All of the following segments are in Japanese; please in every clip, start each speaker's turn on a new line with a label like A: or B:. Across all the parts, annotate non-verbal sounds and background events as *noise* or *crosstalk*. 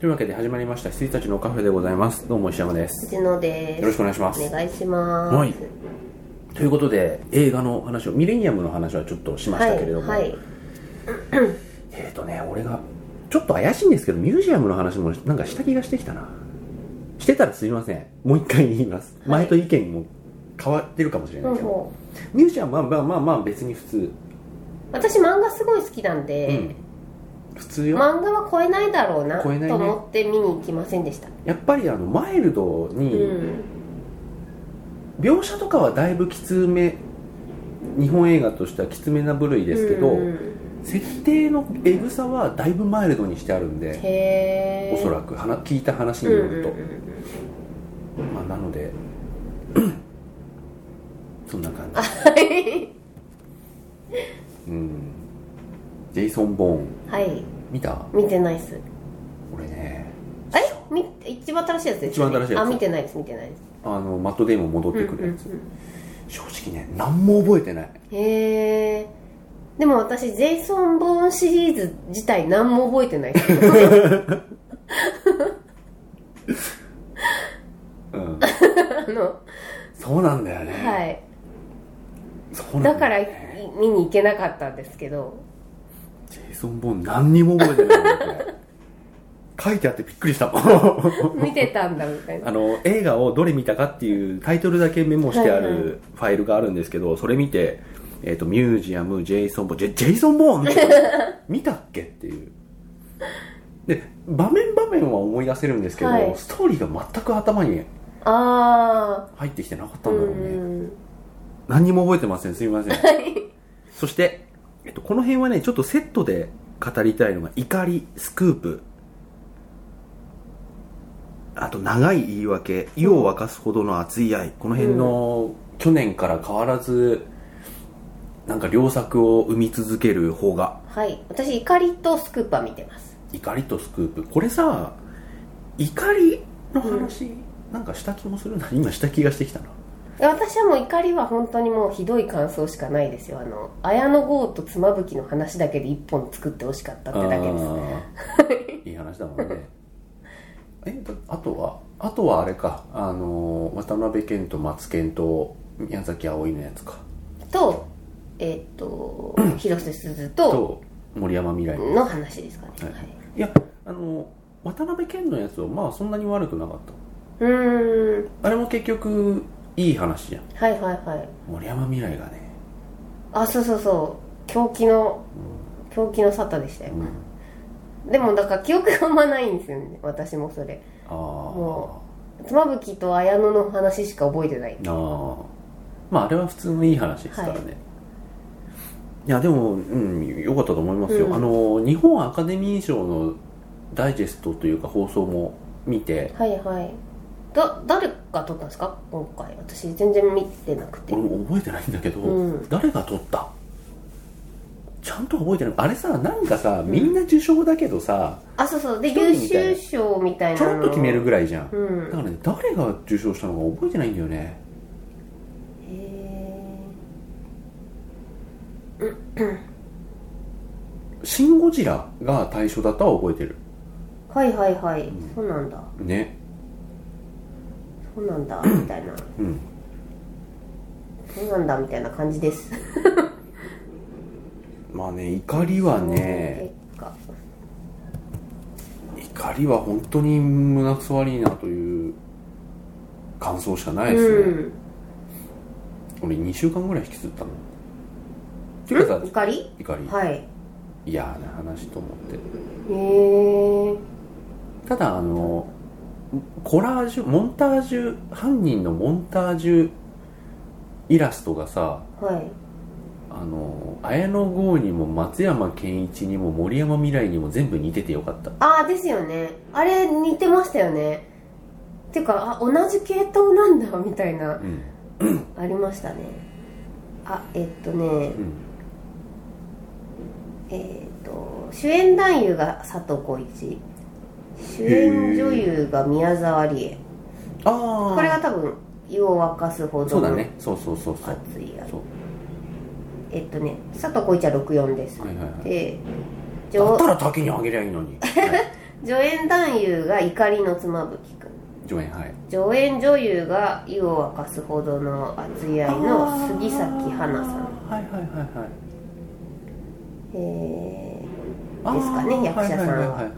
A: というわけで始まりました、羊たちのカフェでございます。どうも石山です。
B: 藤野です。
A: よろしくお願いします
B: お願いします。
A: はいということで、映画の話を、ミレニアムの話はちょっとしましたけれども、
B: はい。はい
A: えっ、とね、俺が、ちょっと怪しいんですけど、ミュージアムの話もなんかした気がしてきたな。してたらすいません。もう一回言います。
B: はい
A: 前と意見も変わってるかもしれない
B: ほ
A: うけど、
B: ほう
A: ミュージアムはまあまあまあ別に普通。
B: 私漫画すごい好きなん
A: うん
B: で、。
A: 普通よ。
B: 漫画は超えないだろうなと
A: 超えないね
B: 思って見に行きませんでした。
A: やっぱりあの、マイルド
B: う
A: に、
B: ん。
A: 描写とかはだいぶきつめ、日本映画としてはきつめな部類ですけど、
B: うん
A: 設定のエグさはだいぶマイルドにしてあるんで
B: へ
A: お
B: ー
A: そらくはな聞いた話に
B: う
A: よ
B: んうん
A: る
B: う
A: と、
B: ん。
A: まあ、なので *coughs* そんな感じ
B: はい
A: うんジェイソン・ボーン
B: はい。
A: 見た
B: 見てないっす。
A: 俺ね
B: あれみ一番新しいやつです
A: 一番新しいやつ
B: あ、見てないです、見てないです。
A: あのマット・デイモン戻ってくるやつ、
B: うんうんうん
A: 正直ね何も覚えてない
B: へえ。でも私、ジェイソン・ボーンシリーズ自体何も覚えてないです。 *laughs*
A: うん
B: *laughs* あの、
A: そうなんだよね、
B: はい。
A: そうな
B: だ
A: ん
B: か
A: だ
B: ら
A: よ
B: い
A: ね
B: 見に行けなかったんです
A: *laughs*
B: けど
A: ジェイソン・ボーン何にも覚えてない俺こ
B: *laughs*
A: れ書いてあってびっくりしたもん
B: 見てたんだみたいな
A: あの映画をどれ見たかっていうタイトルだけメモしてあるファイルがあるんですけど、それ見て、えーと「ミュージアムジェイソン・ボーン」ジェジェイソン・ボ
B: *laughs*
A: ーンって見たっけっていうで場面場面は思い出せるんですけど、
B: はい
A: ストーリーが全く頭に
B: あ
A: 入ってきてなかっ
B: あ
A: た
B: うん
A: だろうね、
B: ん
A: 何にも覚えてませんすみません
B: はい
A: そして、えっと、この辺はねちょっとセットで語りたいのが怒りスクープあと長い言い訳湯を沸かすほどの熱い愛この辺の、去年から変わらずなんか良作を生み続ける方が
B: はい私怒りとスクーパー見てます
A: 怒りとスクープこれさ怒りの話、なんかした気もするな今した気がしてきたな
B: 私はもう怒りは本当にもうひどい感想しかないですよあの綾野剛と妻夫木の話だけで一本作ってほしかったってだけです
A: あー *laughs* いい話だもんねえだあとはあとはあれかあのー渡辺謙と松健と宮崎あおいのやつか
B: とえ
A: *clears throat*
B: っ、と広瀬すずと
A: と森山未来の
B: の話ですかね、
A: はい
B: はい、
A: いやあのー渡辺謙のやつはまあそんなに悪くなかっ
B: うーん
A: たあれも結局いい話じゃん
B: はいはいはい
A: 森山未来がね、
B: あそうそうそう狂気の狂気の沙汰でしたよ、
A: うん、
B: でもだから記憶があんまないんですよね私もそれ
A: あ
B: も
A: ー
B: 妻夫木と綾野の話しか覚えてない
A: あーまああれは普通のいい話ですからね、いやでも、うん、良かったと思いますよ、
B: うん
A: あの日本アカデミー賞のダイジェストというか放送も見て
B: はいはいだ誰が撮ったんですか今回私全然見てなくて
A: 俺も覚えてないんだけど、
B: うん
A: 誰が撮ったちゃんと覚えてないあれさなんかさみんな受賞だけどさ、
B: あそうそうで
A: 一人
B: 優
A: みたいな
B: 秀賞みたいな
A: ちょろっと決めるぐ
B: らい
A: らいじゃん、
B: う
A: だか
B: ん
A: らね誰が受賞したのか覚えてないんだよね
B: へ
A: 「シン・ゴジラ」が対象だったは覚えてる
B: ーはいはいはい、そうなんだ
A: ね
B: そうな
A: *coughs*
B: んだみたいな
A: うん
B: そうなんだみたいな感じです
A: まあね怒りはね、
B: 結果
A: 怒りは本当に胸くそ悪いなという感想しかないですね、
B: うん
A: 俺2週間ぐらい引きずったのていうかさ
B: 怒り
A: 怒り
B: はい
A: 嫌な話と思って
B: へえ
A: ただあのコラージュモンタージュ犯人のモンタージュイラストがさ
B: はい
A: あの綾野剛にも松山ケンイチにも森山未来にも全部似ててよかった
B: ああですよねあれ似てましたよねていうかあ同じ系統なんだみたいな
A: うん
B: ありましたねあえっとね
A: うん
B: えっと主演男優が佐藤浩市主演女優が宮沢りえ
A: ああ
B: これが多分湯を沸かすほ
A: そ
B: ど
A: うだ
B: の
A: ねそうそうそうそう
B: 熱いやつ
A: そう
B: えっとね佐藤浩市は64です、
A: はいはいはい
B: で
A: だ
B: 女 *laughs*
A: ったら滝にあげりゃいいのに、はい
B: 助演男優が怒りの妻夫木君
A: 助演はい
B: 助演女優が湯を沸かすほどの熱い愛の杉咲花さん
A: はいはいはいはい
B: えー、
A: あー
B: ですかね役者さんは
A: はいはいはいはい
B: はい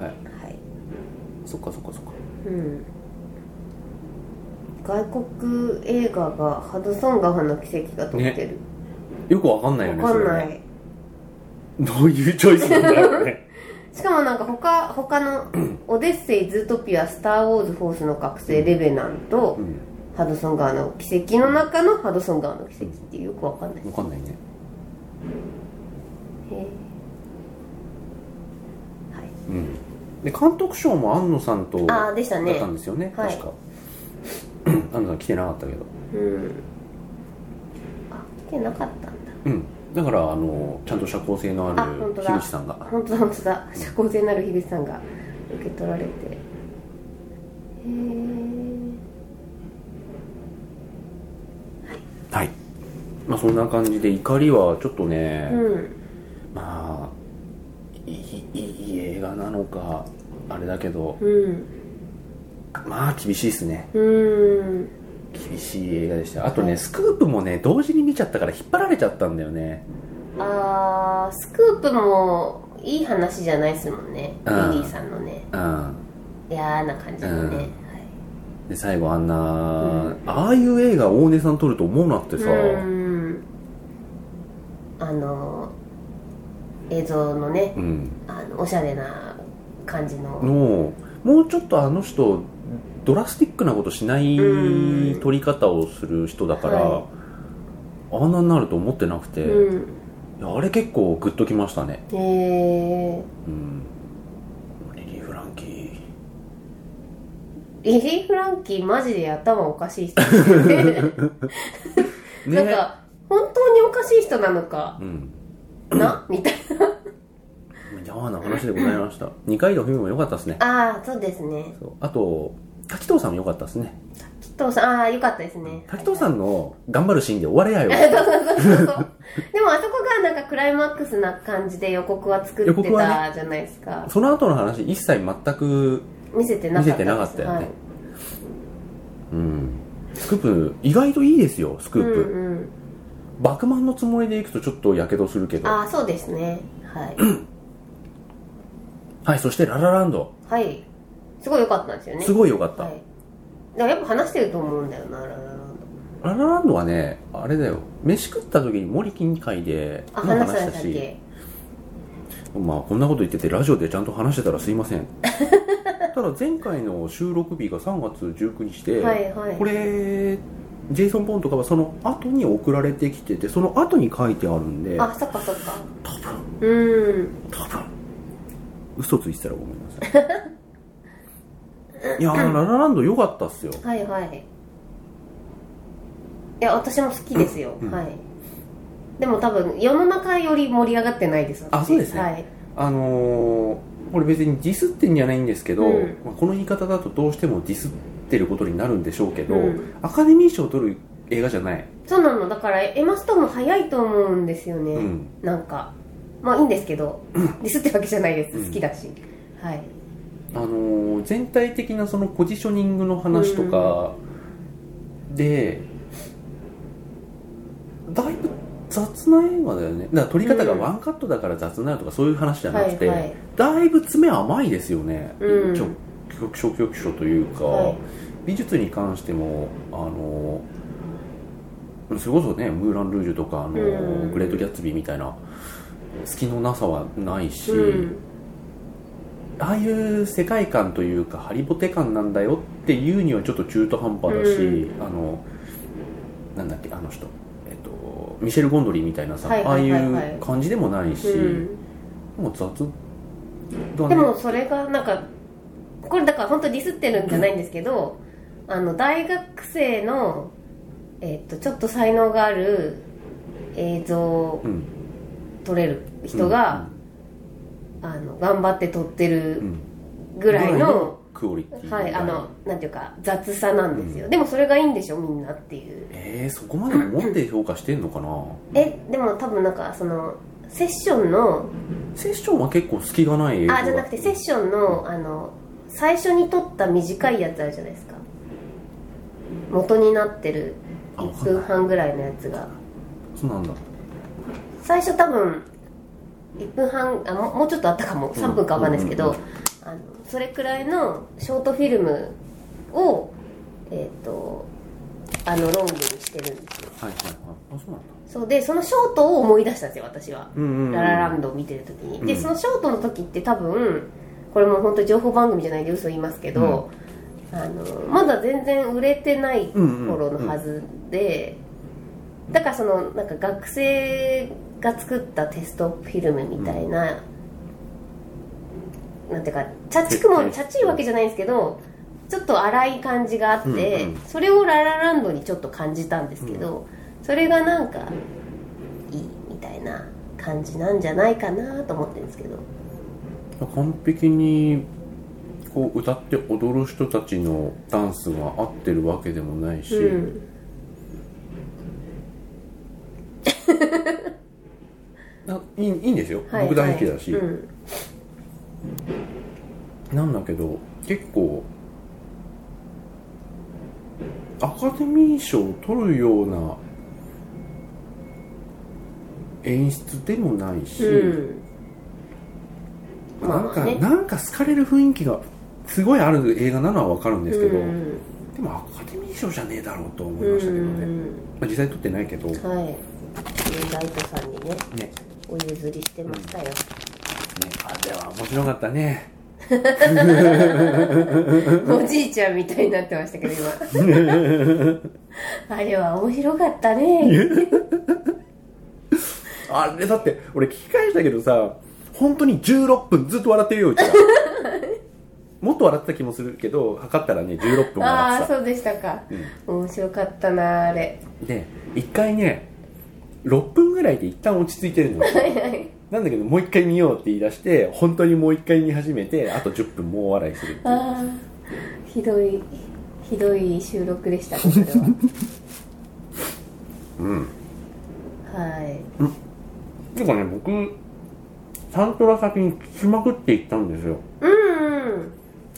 A: そっかそっかそっか
B: うん外国映画がハドソン川の奇跡が撮ってる、
A: よくわかんないよ
B: わ
A: ね
B: かんな
A: それ
B: い、
A: ねどういうチョイスなんだろうね *laughs*
B: しかもなんか他他の「オデッセイ」「ズートピア」「スター・ウォーズ」「フォースの覚醒」「レベナント」
A: うん
B: ハドソン川の奇跡」の中の「ハドソン川の奇跡」ってよくわかんない
A: わかんないね
B: へーはい
A: うんで監督賞も庵野さんと
B: ああでした
A: だっ
B: ね
A: たんですよね、
B: はい
A: 確か *clears throat* 安野さん来てなかったけど
B: うんあ来てなかったんだ
A: うんだからあのちゃんと社交性のあ
B: あ本
A: る
B: 当
A: 樋
B: だ
A: 口さんが
B: 本当だ本当だ社交性なる秀さんが受け取られてへえ
A: はいまあそんな感じで怒りはちょっとね、
B: うん
A: まあいいいいいい映画なのかあれだけど
B: うん
A: まあ厳しいですね
B: うん
A: 厳しい映画でしたあとねスクープもね同時に見ちゃったから引っ張られちゃったんだよね
B: あースクープもいい話じゃないですもんね
A: うん
B: リリーさんのね
A: うん
B: 嫌な感じのね、
A: で最後あんな、
B: ん
A: ああいう映画大根さん撮ると思うなってさ、
B: はい、うんあの映像のね
A: うん
B: あのおしゃれな感じの
A: のもうちょっとあの人ドラスティックなことしない
B: うん
A: 撮り方をする人だから、
B: は
A: あんなになると思ってなくて、
B: うん
A: いやあれ結構グッときましたね、
B: へえ
A: うん、リリー・フランキー
B: リリー・フランキーマジで頭おかし
A: *laughs*
B: い人ですよねなんか本当におかしい人なのか
A: うん
B: なみたい
A: 邪魔な話でございました2回のフィルムも良かったですね
B: なああそうですね
A: そうあと滝藤さんも良かったですね
B: きっとさんああよかったですね
A: 滝藤さんの頑張るシーンで終われやよ
B: *laughs* でもあそこがなんかクライマックスな感じで予告は作
A: 予
B: って
A: 告は
B: たじゃないですか、
A: その後の話一切全く
B: 見せてな
A: 見
B: か
A: せて
B: ったです
A: なかったよね、
B: はい
A: うんスクープ意外といいですよスク
B: う
A: ープ、
B: んうん
A: バクマンのつもりでいくとちょっとやけどするけど
B: ああそうですねはい、
A: はいそしてララランド
B: はい、すごい良かったんですよね
A: すごい良かった、
B: はい、でもやっぱ話してると思うんだよなラララランド
A: ララランドはねあれだよ飯食った時に森近海で
B: あ
A: もう
B: 話したんだっけ
A: まあこんなこと言っててラジオでちゃんと話してたらすいませ
B: *laughs*
A: んただ前回の収録日が3月19日で、
B: はいはい
A: これジェイソン・ボーンとかはその後に送られてきててその後に書いてあるんで
B: あそっかそっか
A: 多分
B: うん
A: 多分嘘ついてたらごめんなさ
B: *laughs*
A: いいやーララランド良かったっすよ
B: はいはいいや私も好きですよ、
A: うんうん
B: はいでも多分世の中より盛り上がってないです私
A: あそうですね
B: はい、
A: あのー、これ別にディスってんじゃないんですけど、
B: うん
A: まあ、この言い方だとどうしてもディスってることになるんでしょうけど、
B: うん
A: アカデミー賞を取る映画じゃない、
B: そうなのだからエマストーンも早いと思うんですよね、
A: うん
B: なんかまあいいんですけど、ディスってわけじゃないです、
A: うん
B: 好きだしはい
A: あのー全体的なそのポジショニングの話とかで、だいぶ雑な映画だよねだから撮り方がワンカットだから雑なとかそういう話じゃなくて、
B: はいはい
A: だいぶ爪甘いですよね、
B: うん
A: ちょ局所局所というか、
B: はい
A: 美術に関してもあのそれこそね「ムーラン・ルージュ」とかあの、
B: うん
A: グレート・ギャッツビー」みたいな隙のなさはないし、
B: うん
A: ああいう世界観というかハリボテ感なんだよっていうにはちょっと中途半端だし、
B: う
A: あのなんだっけあの人、えっと、ミシェル・ゴンドリーみたいなさ、
B: はいはいはいはい
A: ああいう感じでもないし、
B: うん
A: もう雑だね
B: でもそれがなんかこれだから本当ディスってるんじゃないんですけど、あの大学生の、えっとちょっと才能がある映像を
A: うん
B: 撮れる人が、、あの頑張って撮って
A: うんう
B: る
A: ん
B: ぐらいの、
A: クオリティ
B: はい、あのなんていうか雑さなんですよ、でもそれがいいんでしょみんなっていう
A: えー、そこまで持って評価してんのかな
B: *laughs* えでも多分なんかそのセッションの
A: セッションは結構隙がない映像
B: あじゃなくてセッションのあの最初に撮った短いやつあるじゃないですか元になってる
A: あわ
B: 1
A: かんない
B: 分半ぐらいのやつが
A: そうなんだ
B: 最初多分1分半あももうちょっとあったかも3分かわかんないですけど、
A: うんうん
B: あのそれくらいのショートフィルムをえっ、とあのロングにしてるんですよ
A: はいはいはいあそうなんだ
B: そうでそのショートを思い出したんですよ私は、
A: うんうんうん
B: ララランドを見てる時に、
A: う
B: で
A: ん
B: そのショートの時って多分これもう本当情報番組じゃないんで嘘言いますけど、あのまだ全然売れてない頃のはずで、だからそのなんか学生が作ったテストフィルムみたいな、なんていうか茶ちくも
A: 絶
B: 茶
A: 対
B: ちいわけじゃないんですけどちょっと荒い感じがあって、
A: うんうん
B: それをララランドにちょっと感じたんですけど、それがなんかいいみたいな感じなんじゃないかなと思ってるんですけど
A: 完璧にこう歌って踊る人たちのダンスが合ってるわけでもないし、
B: うん
A: ないいいいんですよ、
B: はい
A: 僕大好きだし、
B: はいうん
A: なんだけど結構アカデミー賞を取るような演出でもないし、
B: うん
A: なんか、
B: まあね
A: なんか好かれる雰囲気がすごいある映画なのは分かるんですけど、
B: うん
A: でもアカデミー賞じゃねえだろうと思いましたけどね、まあ、実際取ってないけど、ね
B: うんはいライトさんにね
A: ね
B: お譲りしてましたよ、
A: あれは面白かったね
B: *laughs* おじいちゃんみたいになってましたけ *laughs* ど今あれは面白かった *laughs* ね
A: あれだって俺聞き返したけどさ本当に16分ずっと笑ってるようち *laughs* らもっと笑ってた気もするけど測ったらね16分笑って
B: ああ
A: た
B: そうでしたか、面白かったなあれ
A: で一回ね6分ぐらいで一旦落ち着いてるの *laughs*
B: はいはい
A: なんだけどもう一回見ようって言い出して本当にもう一回見始めてあと10分もう笑いするっていう
B: ああひどいひどい収録でしたねそれは
A: うん
B: はい
A: てかね僕サントラ先に聞きまくっていったんですよ
B: うん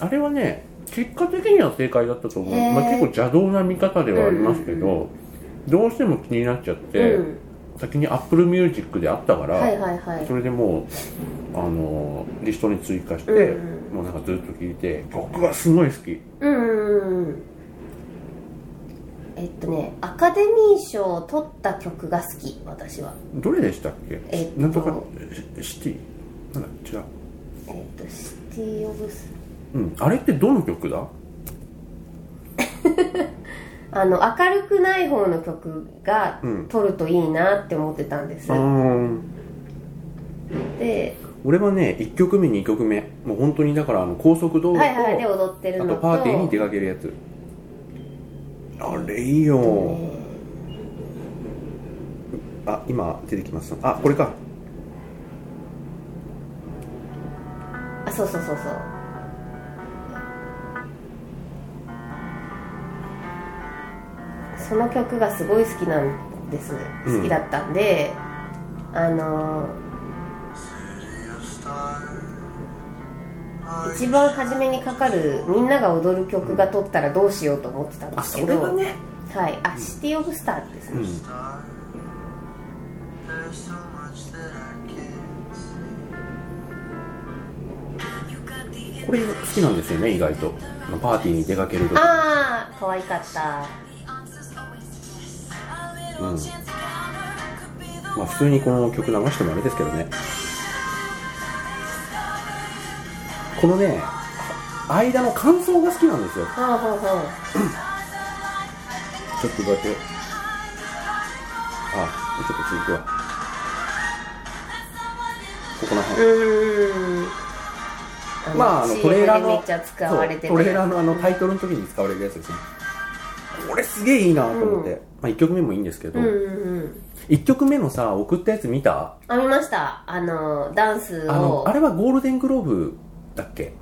A: あれはね結果的には正解だったと思
B: へー
A: う、まあ、結構邪道な見方ではありますけど、
B: うんう
A: どうしても気になっちゃっ
B: うん、
A: て、
B: うん、
A: 先に Apple Music であったから、
B: はいはいはい
A: それでもうあのリストに追加して、
B: うん
A: もうなんかずっと聞いて僕はすごい好き
B: うんうんうんえっとねアカデミー賞を取った曲が好き私は
A: どれでしたっけ、
B: えっと
A: なんとかシシティなんだ違う
B: えっとシティ・オブス
A: うんあれってどの曲だ
B: あの明るくない方の曲が
A: うん
B: 取るといいなって思ってたんです、
A: うん
B: で、
A: 俺はね1曲目2曲目もう本当にだからあの高速道路と、
B: はいはいで踊ってる
A: あ
B: の
A: と
B: と
A: パーティーに出かけるやつあれいいよ、あ今出てきますあこれか
B: あそうそうそうそうその曲がすごい好きなんです
A: うん
B: 好きだったんで、あのー一番初めにかかるみんなが踊る曲が取ったらどうしようと思ってたんですけど
A: ね
B: はい、あ、シティ・オブ・スターです
A: う
B: ね、
A: ん
C: There's so much that I can't see.
A: これ好きなんですよね意外とパーティーに出かける時
B: ああ可愛かった
A: うんまあ普通にこの曲流してもあれですけどねこのね間の感想が好きなんですよ
B: はんはんは
A: ちょっとだけあちょっと続くわここら
B: んう
A: 辺
B: ーん
A: まああのトレーラーの
B: CM でめっちゃ使われて
A: そうトレーラーのあの
B: うん
A: タイトルの時に使われるやつですねこれすげえいいなと思って、
B: う
A: ま
B: ん
A: あ、1曲目もいいんですけど、
B: うんうんうん
A: 一1曲目のさ送ったやつ見た
B: あ見ましたあのダンス
A: あの
B: を
A: あれはゴールデングローブだっけ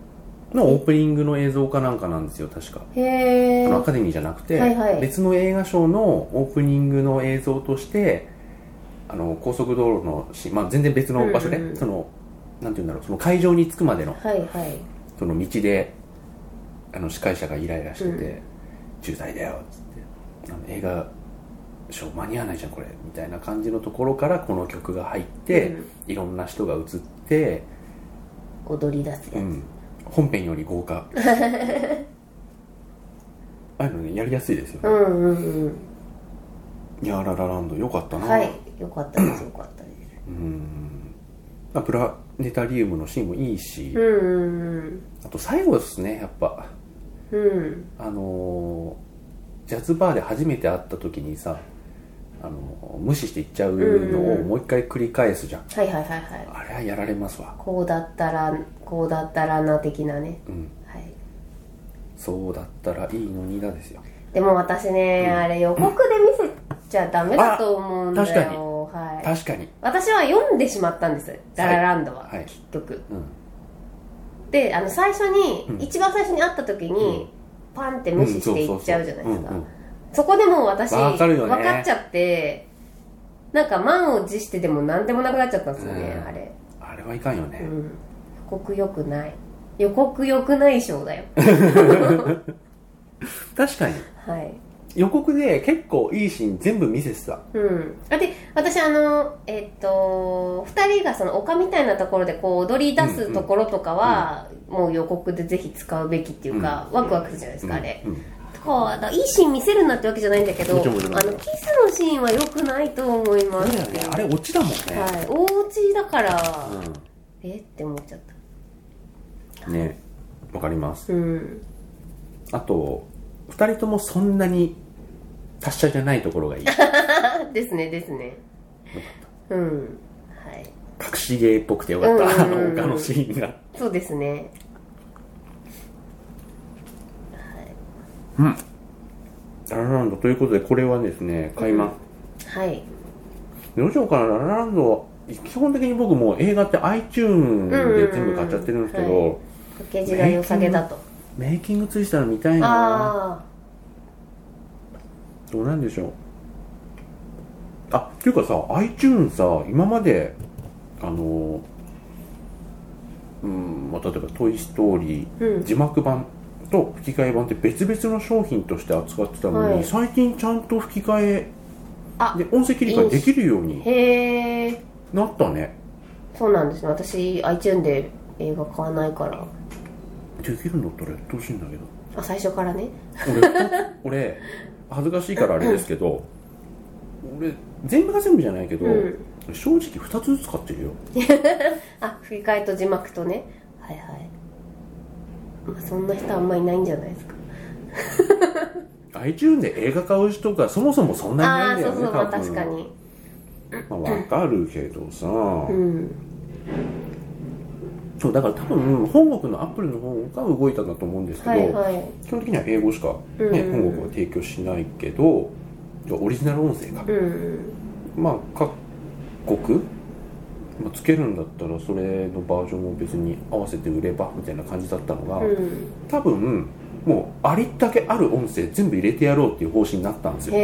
A: のオープニングの映像かなんかなんですよ確か
B: へ
A: あ
B: え
A: のアカデミーじゃなくて、
B: はいはい
A: 別の映画賞のオープニングの映像としてあの高速道路のし、まあ、全然別の場所で、
B: うんうん
A: そのなんて言うんだろうその会場に着くまでの
B: はいはい
A: その道であの司会者がイライラしてて「渋滞だよ」っつってあの「映画ショー間に合わないじゃんこれ」みたいな感じのところからこの曲が入って、
B: うん
A: いろんな人が映って、
B: 踊り出す
A: う
B: やつ、
A: ん、本編より豪
B: *laughs*
A: 華ああいうのねやりやすいですよ
B: う
A: ね
B: んうんうん
A: 「ニャーララランド」よかったな、
B: はいよかったですよかったです
A: うんまあプラネタリウムのシーンもいいし、
B: うんうん
A: あと最後ですねやっぱ
B: うんうん
A: あのージャズバーで初めて会った時にさ、あのー無視していっちゃうのをもう一回繰り返すじゃん、
B: はいはいはいはい
A: あれはやられますわ
B: こうだったらこうだったらな的なね
A: うん
B: はい
A: そうだったらいいのにだですよ
B: でも私ね、あれ予告で見せちゃダメだと思うんだよ
A: あ確かに
B: はい、
A: 確かに
B: 私は読んでしまったんです「ララランドは」
A: はいはい
B: 結局
A: うん
B: であの最初に、
A: うん
B: 一番最初に会った時に、パンって無視していっちゃうじゃないですか、
A: うんうん
B: そこでもう私
A: わかるよね
B: 分かっちゃってなんか満を持してでも何でもなくなっちゃったんですよね、
A: うん
B: あれ、
A: あれはいかんよね、
B: うん、予告よくない予告よくない賞
A: *laughs*
B: だよ
A: 確かに
B: はい
A: 予告で結構いいシーン全部見せてた
B: うん、あで私あのえっと2人がその丘みたいなところでこう踊り出すところとかは、もう予告でぜひ使うべきっていうか、ワクワクするじゃないですか、あれ
A: うんうん
B: こうだからいいシーン見せるなってわけじゃないんだけど
A: も
B: あ
A: ち
B: の
A: ろん
B: キ
A: も
B: ス
A: ちろん
B: のシーンは良くないと思いま
A: そう
B: す、
A: だよねあれオチだもんね、
B: はいお家だから、
A: う
B: えって思っちゃった
A: んねわかります
B: うん
A: あと2人ともそんなに達者じゃないところがいい
B: あですねですねうんはい
A: 隠し芸っぽくてよかったあ
B: うんうんう
A: の
B: ん
A: 他のシーンが
B: そうですね
A: うんララランドということでこれはですね買います、
B: はい
A: どうしようかなララランド基本的に僕もう映画って iTune で全部買っちゃってるんですけど、
B: うんうんうんはパッケージが良さげだと
A: メイキングついてたら見たいな
B: ああ
A: どうなんでしょうあっていうかさ iTune さ今まであのうんまあ例えば「トイ・ストーリー」
B: うん
A: 字幕版と吹き替え版って別々の商品として扱ってたのに、
B: はい
A: 最近ちゃんと吹き替
B: あ
A: えで音声切り替えできるように
B: へえ
A: なったね
B: そうなんですね私 iTune で映画買わないから
A: できるんだったらやってほしいんだけど
B: あ最初からね
A: 俺 *laughs* 俺恥ずかしいからあれですけど俺全部が全部じゃないけど、
B: うん
A: 正直2つずつ買ってるよ
B: あ吹き替えと字幕とねはいはい、まあ、そんな人あんまいないんじゃないですか
A: iTune で映画買う人がそもそもそんな
B: あ
A: に
B: あ
A: いな
B: そ
A: い
B: うんそ
A: だよね
B: うまあ
A: 多分
B: 確かに
A: まあ、わかるけどさ、
B: うん
A: そうだから多分本国のアップルの方が動いたんだと思うんですけど、
B: はいはい
A: 基本的には英語しか、ね
B: うん
A: 本国は提供しないけどオリジナル音声か、
B: うん
A: まあ各国、まあ、つけるんだったらそれのバージョンも別に合わせて売ればみたいな感じだったのが、
B: うん
A: 多分もうありったけある音声全部入れてやろうっていう方針になったんですよ
B: へ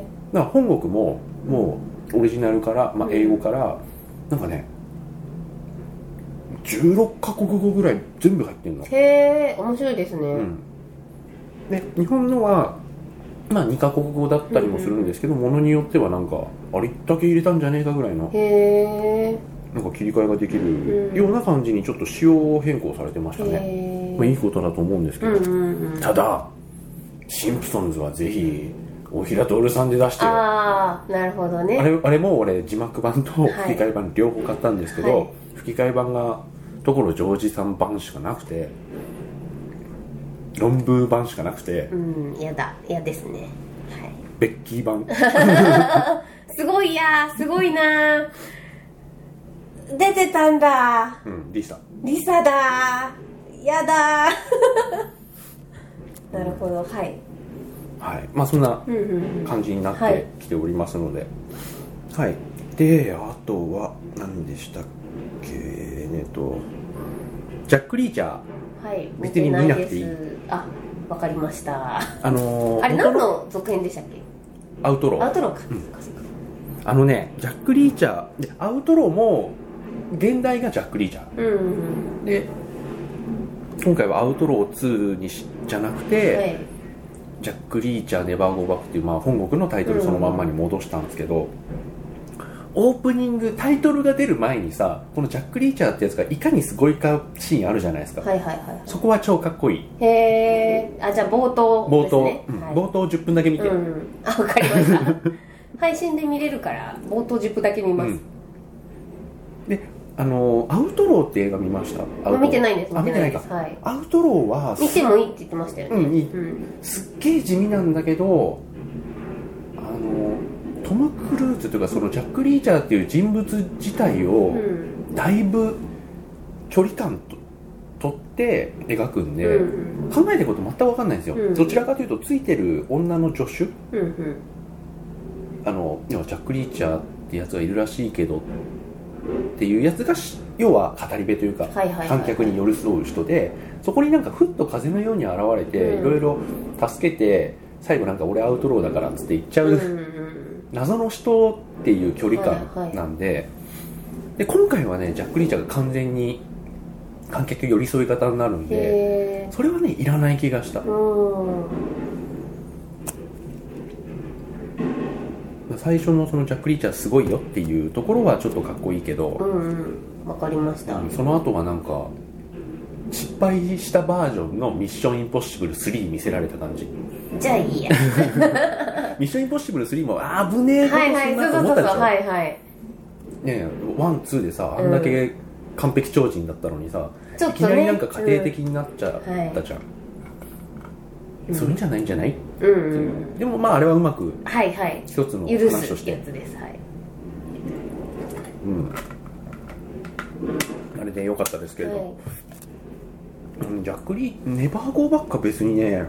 B: え
A: だから本国ももうオリジナルから、まあ、
B: うん
A: 英語から、なんかね16カ国語ぐらい全部入ってんの、
B: へえ面白いですね、
A: うん、で日本のは、まあ、2カ国語だったりもするんですけど、ものによってはなんかありったけ入れたんじゃねえかぐらいの
B: へえ
A: なんか切り替えができ
B: うん
A: るような感じにちょっと仕様変更されてましたね、
B: へ
A: まあ、い
B: え
A: いことだと思うんですけ
B: う
A: ど、
B: んうんうん
A: ただシンプソンズはぜひ大平徹さんで出してよ
B: ああなるほどね
A: あれあれも俺字幕版と
B: はい
A: 吹き替え版両方買ったんですけど、
B: はい
A: 吹き替え版が所ジョージさん版しかなくて論文版しかなくて
B: うんやだやですねはい
A: ベッキー
B: *laughs*
A: 版
B: すごいやーすごいなー出てたんだ
A: うんでした
B: ーリサだーやだー *laughs* なるほどはい
A: はいまあそんな
B: うんうん
A: 感じになっ
B: はい
A: てきておりますのではい、であとは何でしたっけえっとジャック・リーチャー
B: うんはい見
A: 別
B: て
A: に
B: ない
A: 見な
B: で
A: くていい
B: すあわかりました
A: あのー
B: あれ
A: 元
B: 何の続編でしたっけ
A: アウトロー
B: アウトローか、そっかそっか
A: あのねジャック・リーチャーでアウトローも現代がジャック・リーチャー
B: うんうん
A: で今回はアウトロー2にしじゃなくて、
B: はい
A: ジャック・リーチャー・ネバー・ゴー・バックっていう、まあ、本国のタイトルそのまんまに戻したんですけど、オープニングタイトルが出る前にさこのジャック・リーチャーってやつがいかにすごいかシーンあるじゃないですか、
B: はいはいは
A: そこは超かっこいい
B: いへえあじゃあ冒頭
A: 冒
B: です
A: 頭、
B: ね
A: うん
B: はい
A: 冒頭10分だけ見て、
B: うん、あわかりました
A: *laughs*
B: 配信で見れるから冒頭10分だけ見ます、
A: うんであのアウトローって映画見ましたアウトロー
B: 見てないんです
A: あ
B: 見
A: 見
B: て
A: て
B: な
A: ないい
B: で
A: か
B: すはい
A: アウトローは
B: 見てもいいって言ってましたよね
A: うんいい
B: うん
A: すっげえ地味なんだけどあのトム・クルーズというかそのジャック・リーチャーっていう人物自体を
B: うん
A: だいぶ距離感と取って描くんで、
B: うん
A: 考えてること全く分かんないんですよ、
B: うん
A: どちらかというとついてる女の助手
B: うんうん
A: あの要はジャック・リーチャーってやつがいるらしいけどっていうやつがし要は語り部というか
B: はいはいはい
A: 観客に寄り添う人でそこになんかふっと風のように現れて、
B: うん
A: いろいろ助けて最後なんか俺アウトローだからっつって言っちゃう、
B: うんうん
A: 謎の人っていう距離
B: はいは
A: 感
B: い
A: なんで,、で今回はねジャック・リーチャーが完全に観客寄り添い方になるんで
B: へえ
A: それはねいらない気がした
B: うん
A: 最初のそのジャック・リーチャーすごいよっていうところはちょっとかっこいいけど、
B: うんわかりました
A: その後はなんか失敗したバージョンの「ミッションインポッシブル3」見せられた感じ
B: じゃあい
A: *laughs*
B: いや
A: ミッションインポッシブル3もあー危ねえこと
B: はいは
A: す
B: い
A: ん
B: そう
A: なと
B: そう
A: 思った
B: そうそう
A: でしょ、
B: はいはい
A: ねえワンツーでさあんだけ完璧超人だったのにさ、
B: ちょ
A: い
B: っ
A: き
B: と
A: な
B: ね
A: りなんか家庭的になっちゃったじゃん、
B: うん
A: そういうんじゃないんじゃない、って
B: うんう
A: いうんでもまああれはうまく
B: はいはい
A: 一つの
B: 許
A: 話をし
B: すや
A: て、
B: つですはい
A: うん、あれでよかったですけれど、
B: はい
A: うんジャックリーネバーゴーバックは別にね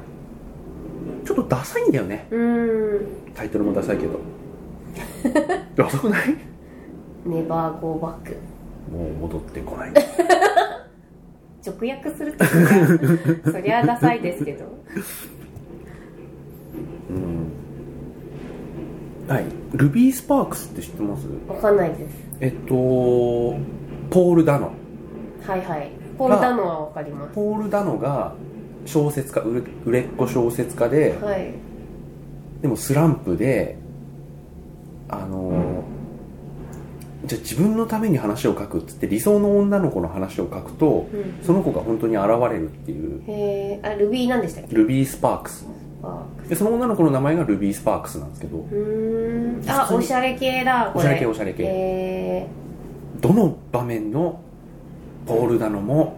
A: ちょっとダサいんだよね
B: うん
A: タイトルもダサいけ
B: *laughs*
A: どダサくない
B: ネバーゴーバック
A: もう戻ってこない
B: 直訳するとそりゃそりゃダサいですけど
A: うんはいルビー・スパークスって知ってます
B: *laughs* わかんないです
A: えっとポール・ダノ
B: はいはいポールダノはわかります
A: ポール・ダノが小説家売れ売れっ子小説家で
B: はい
A: でもスランプであのーじゃあ自分のために話を書くっつって理想の女の子の話を書くと
B: うん
A: その子が本当に現れるっていう
B: へえあルビーなんでしたっけ
A: ルビー・スパークス
B: あ
A: でその女の子の名前がルビー・スパークスなんですけど
B: うーんあ
A: 普通に
B: おしゃれ系だこ
A: お
B: れ
A: しゃれ系おしゃれ系
B: へ
A: どの場面のポール・ダノも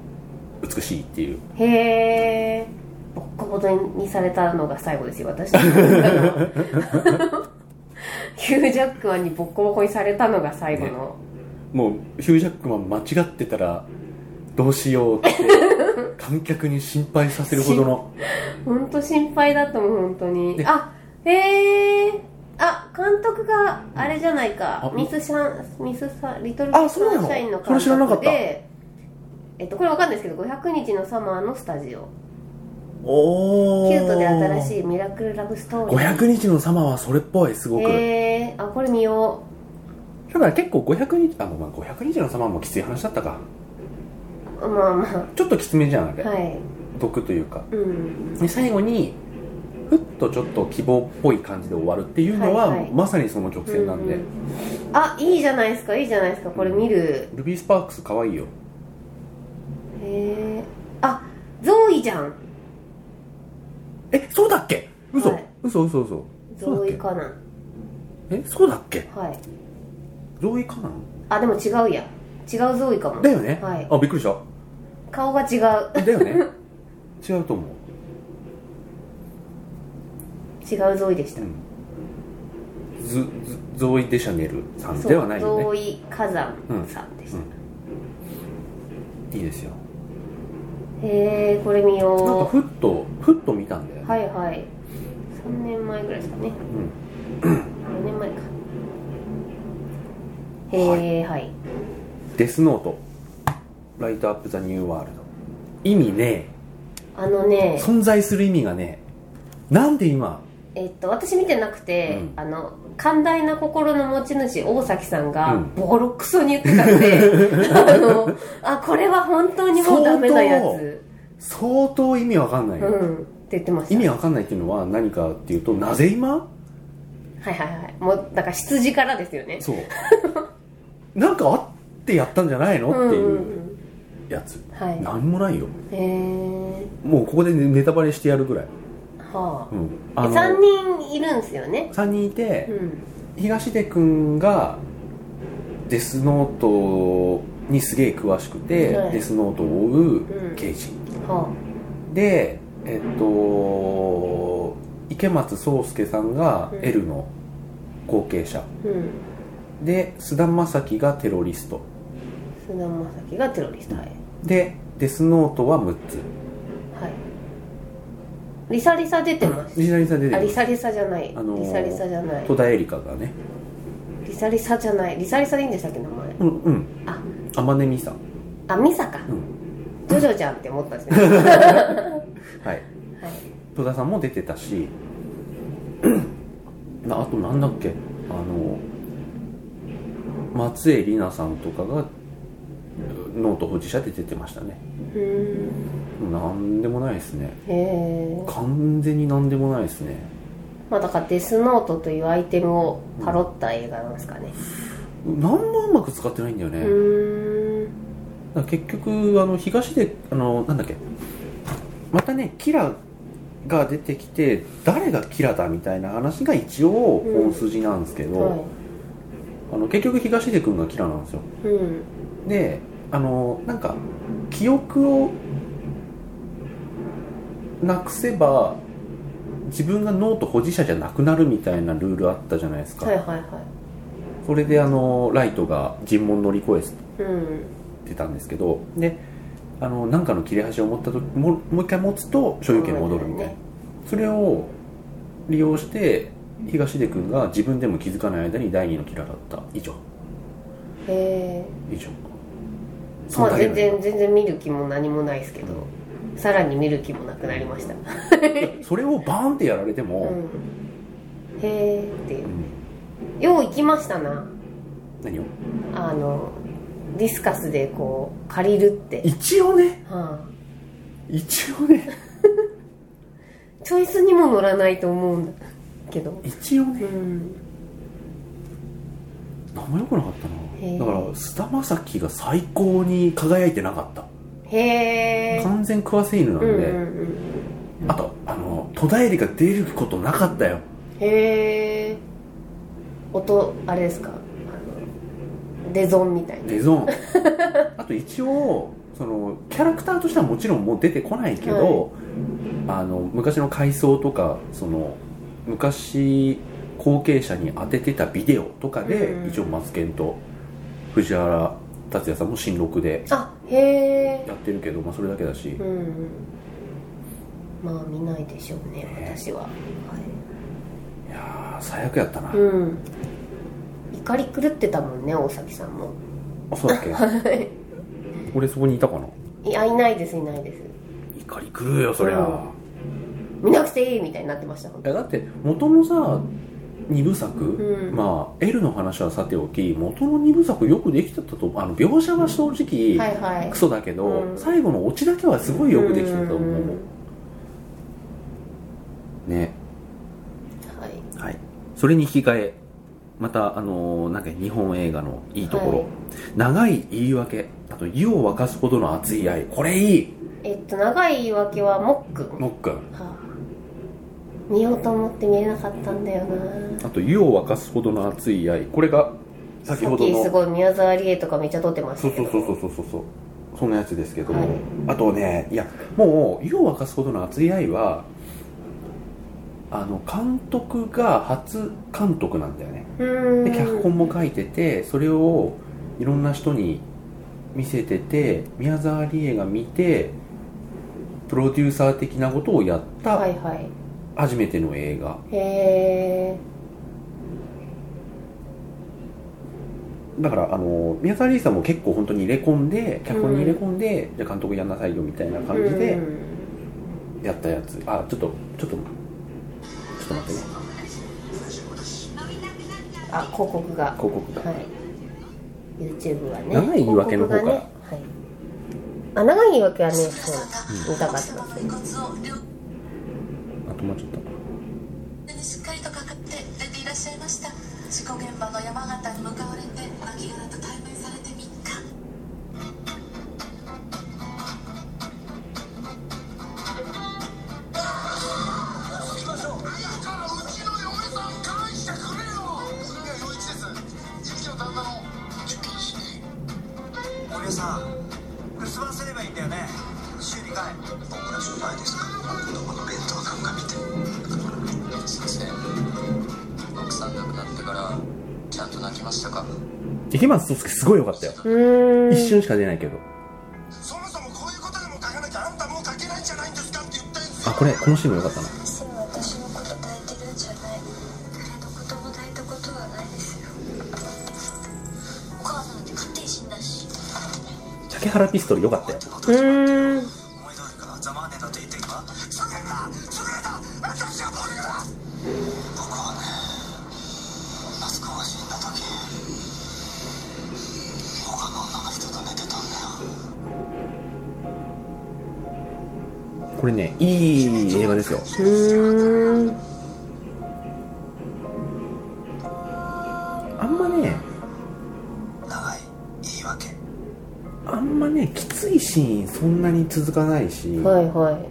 A: 美しいっていう
B: えへえボッコボコにされたのが最後ですよ *laughs* 私のあのヒュージャックマンにボッコボコにされたのが最後の、
A: もうヒュージャックマン間違ってたらどうしようって観客に心配させるほどの
B: ほんと心配だったもん本当に
A: で
B: あへえあ監督があれじゃないか、
A: あ
B: ミスシャンミスサリトル
A: あそうなの
B: サンシャインの監督で
A: それ知らなかった
B: えっとこれわかんないですけど500日のサマーのスタジオ
A: お
B: キュートで新
A: い
B: しいミラクルラブストーリー
A: 500日の様はそれっぽいすごく、
B: へえあこれ見よ
A: ただ結構500日あのまあ500日の様もきつい話だったか
B: うまあま
A: ちょっときつめじゃんあ
B: あ
A: れ、
B: はい
A: 毒というか
B: うん
A: で最後にふっとちょっと希望っぽい感じで終わるっていうのは、
B: はいはい
A: まさにその曲線なんで、
B: うあいいじゃないですかいいじゃないですかこれ見る
A: ルビー・スパークス可愛いよ
B: へえあゾーイじゃん
A: えそうだっけ嘘、
B: はい
A: 嘘嘘嘘
B: ゾ
A: そう
B: ー
A: だ
B: イ
A: っ
B: かな
A: けえそうだっけ
B: はい
A: ゾーイ・カナン
B: あでも違うや違うゾーイかも
A: だよね、
B: はい
A: あびっくりした
B: 顔が違う
A: だよね *laughs* 違うと思う
B: 違うゾーイでした、
A: うんズズゾーイ・デシャネルさん
B: そう
A: ではないよね
B: ゾーイ火山さんでした、
A: いいですよ
B: へえこれ見
A: なんか
B: よ
A: ふっとふっと見たんだよ
B: う
A: ね、
B: はいはい3年前ぐらいですかね
A: うん
B: 4年前かへえはい
A: デスノートライトアップ・ザ・ニュー・ワールド意味ね
B: あの
A: え
B: ね
A: 存在する意味がねえなんで今
B: えっと、私見てなくて、
A: うん
B: あの寛大な心の持ち主大崎さんが、
A: うん
B: ボロク
A: *laughs*
B: ソに言ってたのであのあこれは本当にもうダメなやつ
A: 相当意味わかんないよ、
B: うんって言ってました
A: 意味わかんないっていうのは何かっていうとなぜ今
B: はいはいはいもうだから羊からですよね
A: そう *laughs* なんかあってやったんじゃないのって
B: ん
A: い
B: ん
A: う
B: うん
A: やつ、
B: はい
A: 何もないよ
B: へえ
A: もうここでネタバレしてやるぐらい、
B: は
A: うん、
B: あ
A: あの
B: 3人いるんですよね
A: 三人いて、
B: うん
A: 東出君がデスノートにすげえ詳しくて、
B: はい
A: デスノートを追
B: う
A: うん刑事、
B: は
A: でえっと池松壮亮さんが
B: うん
A: L の後継者、
B: あうん
A: で菅田将暉がテロリスト
B: 菅田将暉がテロリストはい
A: でデスノートは6つ
B: はいリサリサ出てます
A: 西成さん出て
B: あ
A: る
B: リサリサじゃない、
A: あのー
B: リサリサじゃない
A: 戸田恵梨香がね
B: リサリサじゃないリサリサでいいんでしたっけ名前
A: うんうん
B: あ
A: 天音美さん
B: あミサか、
A: うん
B: ジョジョじゃんって思ったんですね *laughs* はい
A: はい戸田さんも出てたし *clears throat* なあとなんだっけあの松江里奈さんとかがノート保持者で出てましたね
B: うーん
A: なんでもないですね
B: へえ
A: 完全になんでもないですね
B: まあだからデスノートというアイテムをパロった映画なんですかね
A: 何もうまく使ってないんだよね、
B: うーん
A: だから結局あの東であのなんだっけまたねキラが出てきて誰がキラだみたいな話が一応
B: うん
A: 本筋なんですけど、
B: は
A: あの結局東出君がキラなんですよ
B: いうん
A: であのなんか記憶をなくせば自分がノート保持者じゃなくなるみたいなルールあったじゃないですか、
B: はいはいは
A: それであのライトが尋問乗り越え
B: いう
A: っ
B: ん
A: てたんですけどであのなんかの切れ端を持った時ももう一回持つと所有権戻るみたいな、
B: ね
A: それを利用して東出君が自分でも気づかない間に第二のキラだった以上
B: へ
A: 以上
B: えまあ全
A: だけ
B: 然全然見る気も何もないですけどさらに見る気もなくなりました
A: なん *laughs* だそれをバーンってやられて
B: う
A: も、
B: んへえっていううんよう行きましたな
A: 何を
B: あのディスカスでこう借りるって、
A: 一応ね
B: は
A: 一応ね
B: あ、チョイスにも乗らないと思うんだけど
A: 一応
B: う
A: ね
B: ん
A: 何も良くなかった
B: へえ
A: なだから菅田将暉が最高に輝いてなかった
B: へえ
A: 完全食わせ犬なん
B: う
A: で、
B: んうんうん
A: あとあの戸田恵梨が出ることなかったよ
B: へえ音あれですかあのデゾンみたいな
A: デゾン
B: *laughs*
A: あと一応そのキャラクターとしてはもちろんもう出てこないけど、あの昔の回想とかその昔後継者に当ててたビデオとかで、
B: うん
A: 一応マツケンと藤原竜也さんも新録で
B: あへえ
A: やってるけど、まあ、それだけだし、
B: うんうんまあ見ないでしょうね
A: ね
B: 私は、はい
A: やー最悪やったな、
B: い、うん怒り狂ってたもんね大崎さんも
A: あそうだっ
B: *laughs*
A: け俺そこにいたかない
B: やいないですいないです
A: 怒り狂うよそりゃ、
B: うん見なくていいみたいになってました本
A: いやだって元のさ2部作、
B: うん
A: まあ L の話はさておき元の2部作よくできてたとあの描写は正
B: 当
A: 直、
B: はいはい
A: クソだけど、
B: うん
A: 最後のオチだけはすごいよくできてたと思う、
B: ん
A: ね
B: はい
A: はいそれに引き換えまたあのーなんか日本映画のいいところ、
B: はい
A: 長い言い訳あと湯を沸かすほどの熱い愛これいい
B: えっと長い言い訳はもっくんは
A: もっくん
B: あ見ようと思って見えなかったんだよな
A: あと湯を沸かすほどの熱い愛これが先ほど
B: さっ
A: の
B: きすごい宮沢りえとかめっちゃ撮ってまし
A: そ
B: た
A: う
B: け
A: そ
B: ど
A: うそうそうそうそうそうそんなやつですけど、
B: はい
A: あとねいやもう湯を沸かすほどの熱い愛はあの監督が初監督なんだよね
B: うーん
A: で脚本も書いててそれをいろんな人に見せてて宮沢りえが見てプロデューサー的なことをやっ
B: は
A: た
B: いはい
A: 初めての映画、
B: へえ
A: だからあの宮沢りえさんも結構本当に入れ込んで脚本に入れ込んで、じゃあ監督やんなさいよみたいな感じで、やったやつあちょっとちょっとちょっと待ってね
B: あ広告が
A: 広告が
B: はい YouTube はね
A: 長い言い訳の方が
B: 広告がねはいあ長いわけはねそう見たかっ
A: あ
B: た
A: 止まっちゃった
D: しっかりとかかって出ていらっしゃいました事故現場の山形に向かわれて亡骸と対面されて3日
E: 奥さん亡くなってからちゃんと泣きましたか
A: 池松壮亮すごい良かったよ
B: うーん
A: 一瞬しか出ないけど
C: そもそもこういうことでも書かなきゃあんたもう書けないんじゃないんですかって言ったやつ
A: あこれこのシーンも良かったな
F: 先生は私のこと抱いてるんじゃない誰のことも抱いたことはないですよお母さんって勝手に死んだし
A: 竹原ピストル良かったよ
B: うー
C: お前
B: ん
C: どれかざまあねえなと言ってんかすげえなすげえな私は僕だ僕はね夏子が死んだ時他の女の人と寝てたんだよ
A: これねいい映画ですよ
B: うーん
A: あんまね
C: 長い言い訳
A: あんまねきついシーンそんなに続かないし、
B: はいはい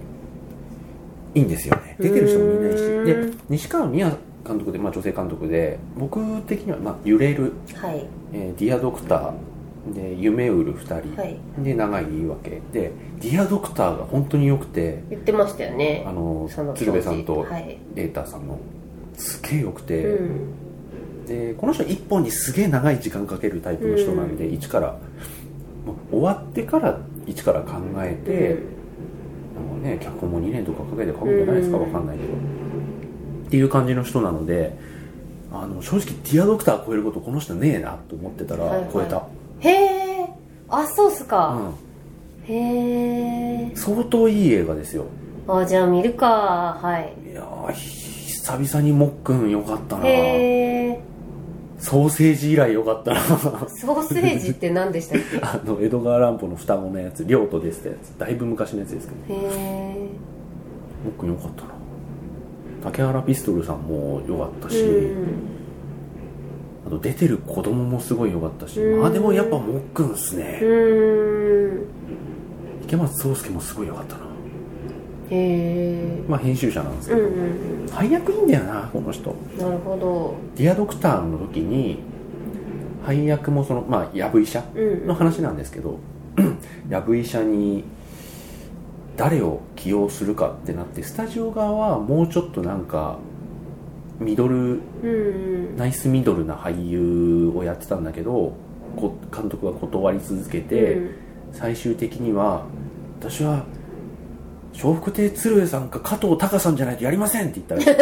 A: いいんですよね出てる人もみんないいし
B: うん
A: で西川美也監督で、まあ、女性監督で僕的には、まあ「揺れる」
B: はい
A: えーディアドクター」で「夢売る2人」
B: はい
A: で「長い言い訳」で「ディアドクター」が本当に良くて
B: 言ってましたよね
A: あの
B: その
A: 鶴瓶さんと
B: はい
A: 瑛太さんのすげえ良くて、
B: うん
A: でこの人一本にすげえ長い時間かけるタイプの人なんで、一からもう終わってから一から考えて、あのね、脚本も2年とかかけて書くんじゃないですか、
B: うん
A: わかんないけどっていう感じの人なのであの正直ディアドクター超えることこの人ねえなと思ってたら
B: はいはい
A: 超えた、
B: へえあそうっすか、へえ
A: うん、相当いい映画ですよ
B: あじゃあ見るかはい
A: いやー久々にもっくんよかったな
B: へえ
A: ソーセージ以来よかったな
B: ソーセージって何でしたっ
A: あの江戸川乱歩の双子のやつ「亮とです」ってやつだいぶ昔のやつですけど
B: けへえ
A: もっくんよかったな竹原ピストルさんもよかったし、
B: うん
A: あと出てる子供もすごい良かったし、
B: うん
A: まあでもやっぱもっくんっすね、
B: うん
A: 池松壮亮もすごい良かったな
B: へえ
A: まあ編集者なんですけ
B: うん
A: ど、
B: うん
A: 配役いいんだよなこの人
B: なるほど
A: ディアドクターの時に配役もそのまあヤブ医者
B: うん
A: の話なんですけど *clears throat* ヤブ医者に誰を起用するかってなってスタジオ側はもうちょっとなんかミドル
B: うんうん
A: ナイスミドルな俳優をやってたんだけどこ監督が断り続けて、最終的には私は笑福亭鶴瓶さんか加藤隆さんじゃないとやりませんって言ったらしい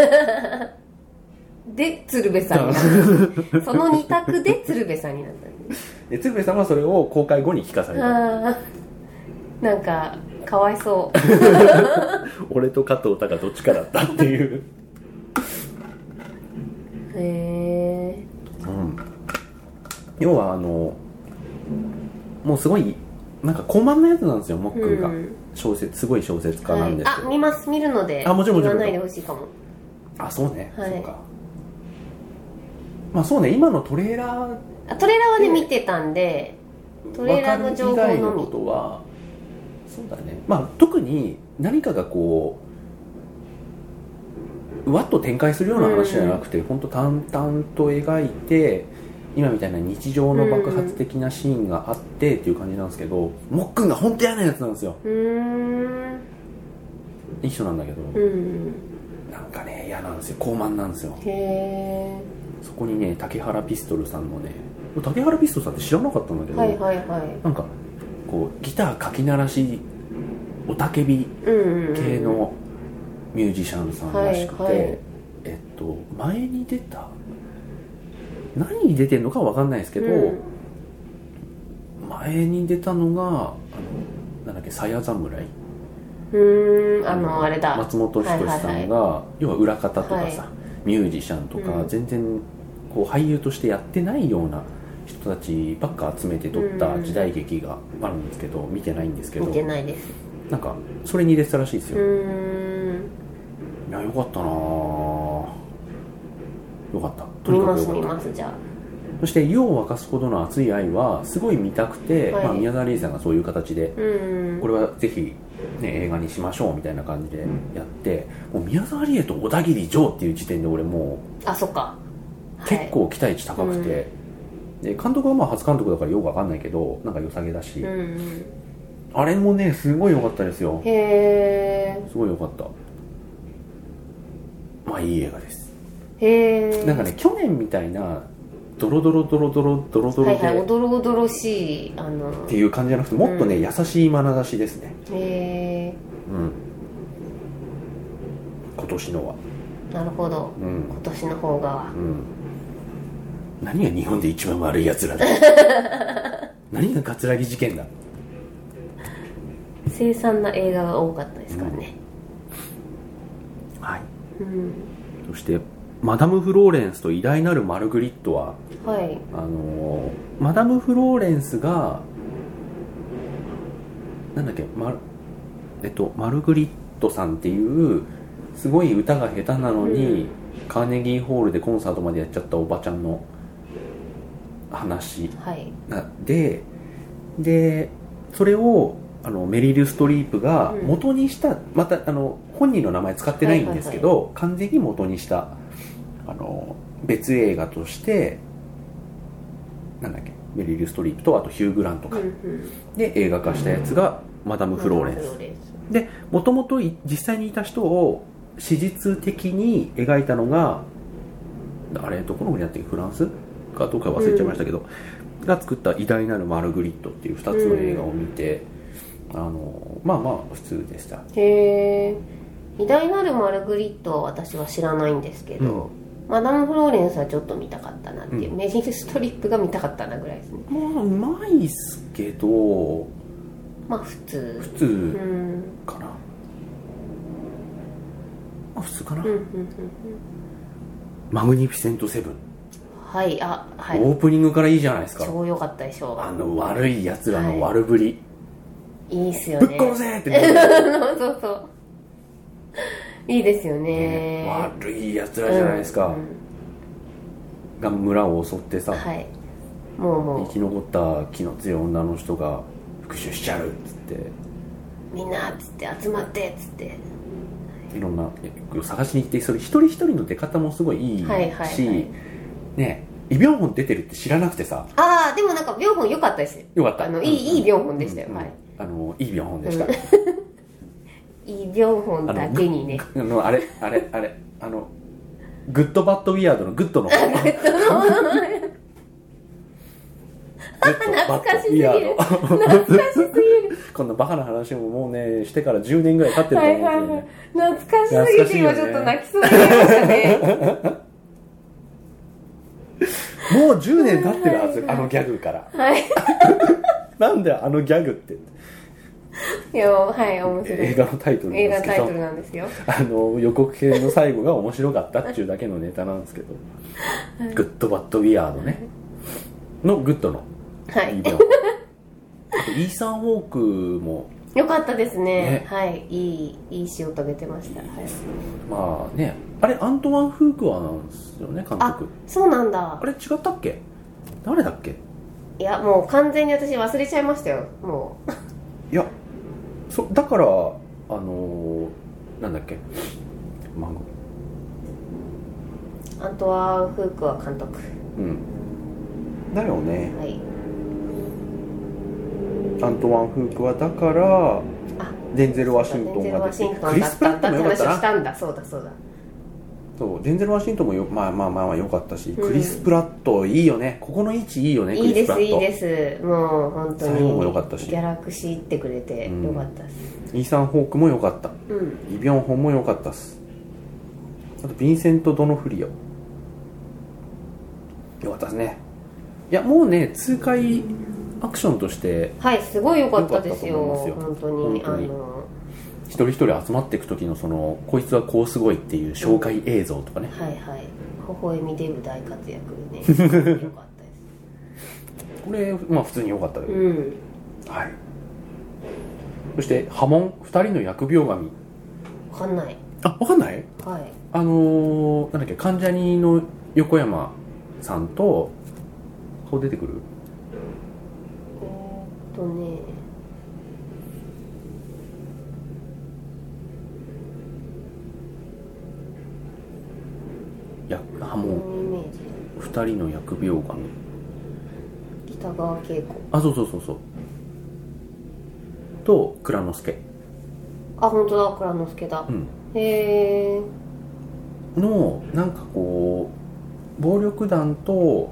B: うんで鶴瓶さんになったその二択で鶴瓶さんになったんです
A: で鶴瓶さんはそれを公開後に聞かされた
B: あーなんかかわいそう
A: 俺と加藤隆どっちかだったっていう、
B: へえ
A: うん、要はあのもうすごいなんか高慢なやつなんですよもっくんが、
B: うん
A: 小説すごい小説家なんですけ
B: あ
A: ど、
B: 見ます見るので
A: あもちろんもちろん
B: 言わないでほしいかも
A: あそうね、
B: はい
A: そうかまあそうね今のトレーラー
B: あトレーラーはね見てたんでトレーラーの情報
A: わかる以
B: の
A: 外
B: み
A: のことはそうだねまあ特に何かがこううわっと展開するような話じゃなくて、本当淡々と描いて今みたいな日常の爆発的なシーンがあってっていう感じなんですけど、もっくんが本当嫌なやつなんですよ
B: うーん
A: いい人なんだけど、
B: うん
A: なんかね嫌なんですよ高慢なんですよ
B: へえ
A: そこにね竹原ピストルさんのね竹原ピストルさんって知らなかったんだけど、
B: はいはいはい
A: なんかこうギターかき鳴らし雄たけび
B: うんうんうん
A: 系のミュージシャンさんらしくて、
B: はいはい
A: えっと前に出た何に出てるのかわかんないですけど、
B: うん
A: 前に出たのがあのなんだっけ「さや侍
B: うーんあのあれだ
A: 松本人志さんが、
B: はいはい
A: 要は裏方とかさ、
B: はい
A: ミュージシャンとか、
B: うん
A: 全然こう俳優としてやってないような人たちばっか集めて撮った時代劇があるんですけど見てないんですけど
B: 見てないです
A: なんかそれに入れてたらしいです
B: う
A: よ、
B: ーん
A: いやよかったなぁよかったとに
B: 見
A: か
B: ま
A: く
B: す
A: よ
B: 見
A: かっ
B: ま
A: た
B: すじゃあ
A: そして「湯を沸かすほどの熱い愛」はすごい見たくて、
B: はい
A: まあ、宮沢りえさんがそういう形で
B: うーん
A: これはぜひ、ね、映画にしましょうみたいな感じでやってもう宮沢りえと小田切丈っていう時点で俺も
B: あそっか
A: う結構期待値高くて、
B: はい
A: で監督はまあ初監督だからよくわかんないけどなんか良さげだし、
B: はい、うん
A: あれもねすごい良かったですよ
B: へえ
A: すごい良かったまあいい映画です
B: へえ
A: なんかね去年みたいなドロドロドロドロドロド
B: は
A: ロ
B: いはい
A: で
B: おどろおどろしいあの
A: っていう感じじゃなくてもっとね、
B: うん
A: 優しい眼差しですね
B: へえ
A: うん今年のは
B: なるほど
A: うん
B: 今年の方が
A: うん何が日本で一番悪いやつ
B: *laughs*
A: らだ何が葛城事件だ
B: 凄惨な映画が多かったですからね
A: はい
B: うん、
A: そしてマダム・フローレンスと偉大なるマルグリットは
B: はい
A: あのーマダム・フローレンスがなんだっけマル,、えっと、マルグリットさんっていうすごい歌が下手なのに、
B: うん
A: カーネギーホールでコンサートまでやっちゃったおばちゃんの話
B: はい
A: なででそれをあのメリル・ストリープが
B: うん
A: 元にした、またあの本人の名前使ってないんですけど、完全に元にしたあの別映画としてなんだっけメリル・ストリープとあとヒュー・グラント
B: う
A: か、
B: んうん
A: で映画化したやつがマダム・フローレンス、
B: レンス
A: でもともと実際にいた人を史実的に描いたのがあれどこの国だってフランスかどうか忘れちゃいましたけど、が作った「偉大なるマルグリット」っていう2つの映画を見て、あのまあまあ普通でした、
B: へえ偉大なるマルグリットは私は知らないんですけど、マダム・フローレンスはちょっと見たかったなっていう、
A: うん
B: メリル・ストリップが見たかったなぐらいですね
A: まあうまいっすけど
B: まあ普
A: 普
B: 通う
A: 通
B: ん
A: かな、まあ普通かな、
B: うんうんうんうん
A: マグニフィセント・セブン、
B: はいあはい
A: オープニングからいいじゃないですか
B: 超良かったでしょう
A: あの悪いやつらの悪ぶり、
B: いいっすよ
A: ぶ
B: ね
A: っ殺せってなる
B: *laughs* そうそうそういいですよね
A: ね悪いやつらじゃないですか、
B: うん
A: が村を襲ってさ、
B: うんはいもう
A: 生
B: も
A: き残った気の強い女の人が復讐しちゃうっつっ
B: うみんなっつって集まってっつって
A: ていろんな役を探しに行ってそれ一人一人の出方もすごいいいし、
B: はいはいはい
A: ねイ・ビョンホン出てるって知らなくてさ
B: ああでもなんか妙本良かったですよ
A: よかった
B: あの
A: うん
B: いいいい妙本でしたよ、
A: うん
B: はい
A: あのいいビョンホンでした、
B: うんいい妙本
A: あの
B: だけにね
A: あのあれあれあれあのグッドバッドウィアードのグッドの方グッドバッドウィアード
B: 懐かしすぎる
A: こんなバカな話ももうねしてから10年ぐらい経ってると
B: は
A: 思うん
B: い
A: ですよね、
B: はいはい懐か
A: 懐
B: しすぎ
A: か
B: て
A: しいよ
B: 今
A: ね
B: ちょっと泣きそうになりましたね
A: もう10年経ってるはずあのギャグから
B: はい
A: なんであのギャグって
B: いやはい面白い
A: 映画のタイトルなんで
B: 映画
A: すけ
B: タイトル
A: ど
B: なんですよ
A: あの予告編の最後が面白かったっていうだけのネタなんですけど「グッドバッドウィアードね」のグッドの
B: はい
A: い
B: い
A: ビョンあとイーサン・ウォークも
B: 良かったですね
A: ね
B: はいいいいい仕事出てました、はい、
A: まあねあれアントワン・フークワなんですよね監
B: あ
A: 督
B: そうなん
A: あ
B: だ
A: れ違ったっけ誰だっけ
B: いやもう完全に私忘れちゃいましたよもう
A: いやそだからあのーなんだっけマグ
B: アントワン・フークは監督
A: うんだよね
B: はい
A: アントワン・フークはだから
B: あ
A: デンゼル・ワシント
B: デンゼ
A: ン
B: ル・
A: が
B: ワ
A: 出
B: シ
A: て
B: ン
A: て
B: ト
A: ク
B: ン
A: リ
B: だ
A: ス・
B: っ
A: プラ
B: た
A: ット
B: って
A: も良かった
B: 話をし
A: な
B: たんだそうだそうだ
A: そうデンゼル・ワシントンもよまあまあまあまあ良かったし、
B: うん
A: クリス・プラットいいよねここの位置いいよねク
B: いい
A: リ
B: で
A: ス・プラ
B: す
A: ッ
B: い
A: ト
B: いですもう本当
A: 最後も
B: に
A: 良かったし
B: ギャラクシー行ってくれて
A: うん
B: 良かったです、
A: イーサン・ホークも良かった
B: うん
A: イ・ビョンホンも良かったっすあとヴィンセント・ドノフリオ良かったですねいやもうね痛快アクションとして
B: はいすごい良かったですよ
A: 良かったと思いますよ
B: 本当に
A: 本当に
B: あの
A: 一人一人集まっていく時のそのこいつはこうすごいっていう紹介映像とかね *laughs*
B: はいはい微笑みデブ大活躍ね良かったです
A: これまあ普通に良かったです、
B: うん
A: はいそして波紋二人の疫病神
B: わかんない
A: あわかんない
B: はい
A: あのー、なんだっけ関ジャニの横山さんと顔出てくる
B: えーっとね
A: や波
B: こ
A: 紋
B: のイメージ
A: 二人の疫病神
B: 北川景子
A: あそうそうそうそうと蔵之介
B: あ本当だ蔵之介だ
A: うん
B: へえ
A: のなんかこう暴力団と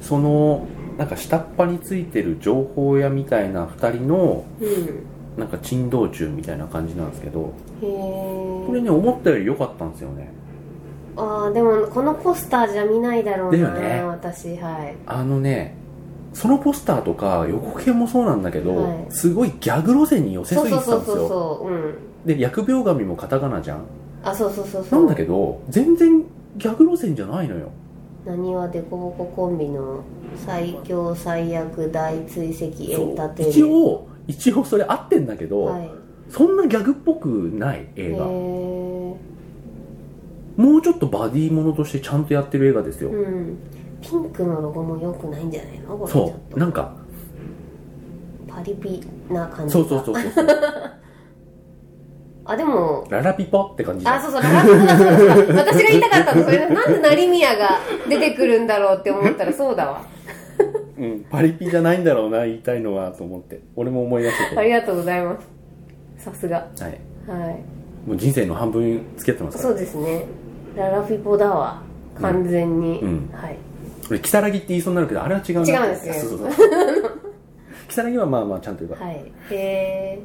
A: そのなんか下っ端についてる情報屋みたいな2人の
B: うん
A: なんか珍道中みたいな感じなんですけど
B: へえ
A: これね思ったより良かったんですよね
B: あーでもこのポスターじゃ見ないだろうな
A: だよね
B: 私はい
A: あのねそのポスターとか予告編もそうなんだけど、
B: はい
A: すごいギャグ路線に寄せす
B: そう
A: ぎて
B: そ
A: たん
B: うそう
A: です
B: そう
A: よ
B: そううん
A: で疫病神もカタカナじゃん
B: あそうそうそうそ
A: な
B: うん
A: だけど全然ギャグ路線じゃないのよ
B: なにわでこぼこコンビの最強最悪大追跡エンターテインメント
A: 一応一応それ合ってんだけど、
B: はい
A: そんなギャグっぽくない
B: へ
A: 映
B: え
A: 画、もうちょっとバディものとしてちゃんとやってる映画ですよ、
B: うんピンクのロゴも良くないんじゃないのこれちょ
A: そ
B: っ
A: うなんか
B: とパリピな感じ
A: そうそうそうそう
B: *laughs*
A: そう
B: あでも
A: ララピポって感じだ
B: あそうそうララピだそうだそうだ私が言いた
A: *laughs*
B: かったのそれなんで成宮が出てくるんだろうって思ったらそうだわ
A: うん、パリピじゃないんだろうな言いたいのはと思って俺も思い出してた
B: ありがとうございますさすが
A: はい、
B: はい
A: もう人生の半分付き合ってますから
B: そうですねララフィポだわ完全に、
A: うん
B: はい
A: 俺キサラギって言いそうになるけどあれは違うな
B: 違うんですよ
A: そうそうそう
B: *laughs*
A: キサラギはまあまあちゃんと言えば、
B: はいへえ